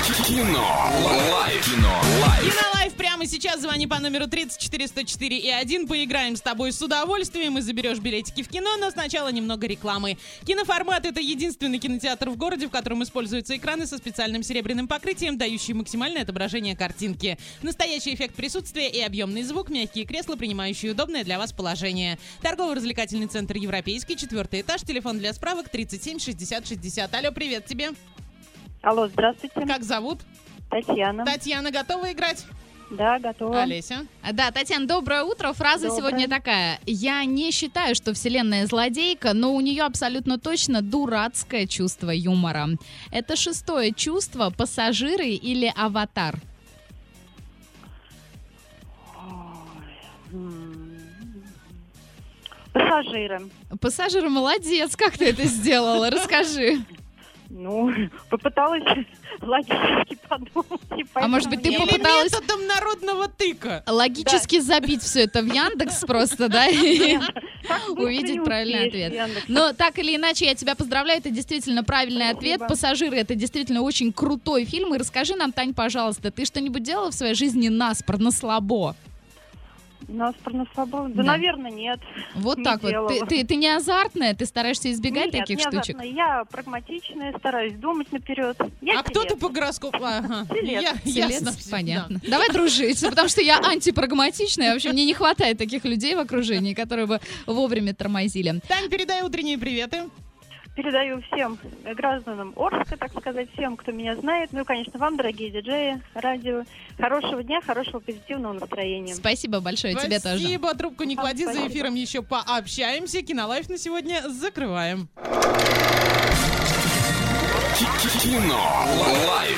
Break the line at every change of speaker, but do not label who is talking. Кино. Лайф. Кино. Лайф.
Кинолайф прямо сейчас звони по номеру 34104 и 1. Поиграем с тобой с удовольствием и заберешь билетики в кино, но сначала немного рекламы. Киноформат — это единственный кинотеатр в городе, в котором используются экраны со специальным серебряным покрытием, дающие максимальное отображение картинки. Настоящий эффект присутствия и объемный звук, мягкие кресла, принимающие удобное для вас положение. Торгово-развлекательный центр «Европейский», четвертый этаж, телефон для справок 37 60 60. Алло, привет тебе.
Алло, здравствуйте.
Как зовут?
Татьяна.
Татьяна, готова играть?
Да, готова.
Олеся.
Да, Татьяна, доброе утро. Фраза
Доброе.
сегодня такая. Я не считаю, что вселенная злодейка, но у нее абсолютно точно дурацкое чувство юмора. Это шестое чувство, пассажиры или аватар.
Ой, м. Пассажиры.
Пассажир, молодец, как ты это сделала, расскажи.
Ну, попыталась логически подумать. и
А может быть, ты
поэтому
поп- попыталась-
методом народного тыка.
Логически забить все это в Яндекс просто, да? и-
нет. Так быстро не
увидеть правильный
успеешь,
ответ.
Яндекс.
Но так или иначе, я тебя поздравляю, это действительно правильный
Спасибо.
ответ. «Пассажиры» — это действительно очень крутой фильм. И расскажи нам, Тань, пожалуйста, ты что-нибудь делала в своей жизни наспор, на слабо?
Нас про нас свободу. Да,
Да.
наверное, нет.
Вот
Не
так вот. Ты,
делала.
ты- ты не азартная, ты стараешься избегать
Нет,
таких
не
штучек?
азартная. Я прагматичная, стараюсь думать наперед. Я
а кто ты
телец.
по гороскопу? Ага.
Телец.
Я-
Телец,
ясно всё,
понятно.
да.
Давай дружить, потому что я антипрагматичная. Вообще, мне не хватает таких людей в окружении, которые бы вовремя тормозили.
Тань, передай утренние приветы.
Передаю всем э, гражданам Орска, так сказать, всем, кто меня знает. Ну и, конечно, вам, дорогие диджеи, радио. Хорошего дня, хорошего позитивного настроения.
Спасибо большое тебе тоже.
А, Спасибо, трубку не
Вам
клади, за
спасибо.
эфиром еще пообщаемся. Кинолайф на сегодня закрываем.
Кино. Лайф.